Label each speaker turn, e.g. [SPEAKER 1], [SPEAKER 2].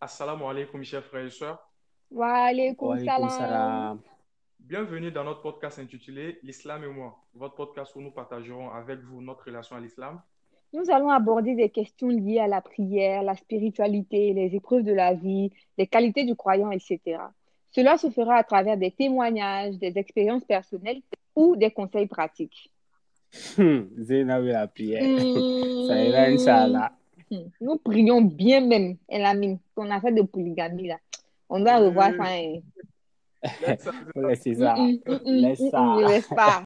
[SPEAKER 1] Assalamu alaikum, chers frères et sœurs.
[SPEAKER 2] Wa
[SPEAKER 3] Wa
[SPEAKER 2] alaikum
[SPEAKER 3] alaikum
[SPEAKER 2] salam.
[SPEAKER 3] salam.
[SPEAKER 1] Bienvenue dans notre podcast intitulé L'Islam et moi, votre podcast où nous partagerons avec vous notre relation à l'islam.
[SPEAKER 2] Nous allons aborder des questions liées à la prière, la spiritualité, les épreuves de la vie, les qualités du croyant, etc. Cela se fera à travers des témoignages, des expériences personnelles ou des conseils pratiques.
[SPEAKER 3] Hum, Zainab et la prière. Ça ira,
[SPEAKER 2] Mmh.
[SPEAKER 3] Inch'Allah.
[SPEAKER 2] Nous prions bien même, Elamine, ton affaire de polygamie là. On doit revoir ça. hein.
[SPEAKER 1] Let's have
[SPEAKER 3] Laissez Mm. ça.
[SPEAKER 2] Mm, mm, mm, mm,
[SPEAKER 3] Laisse ça.
[SPEAKER 2] mm, laisse pas.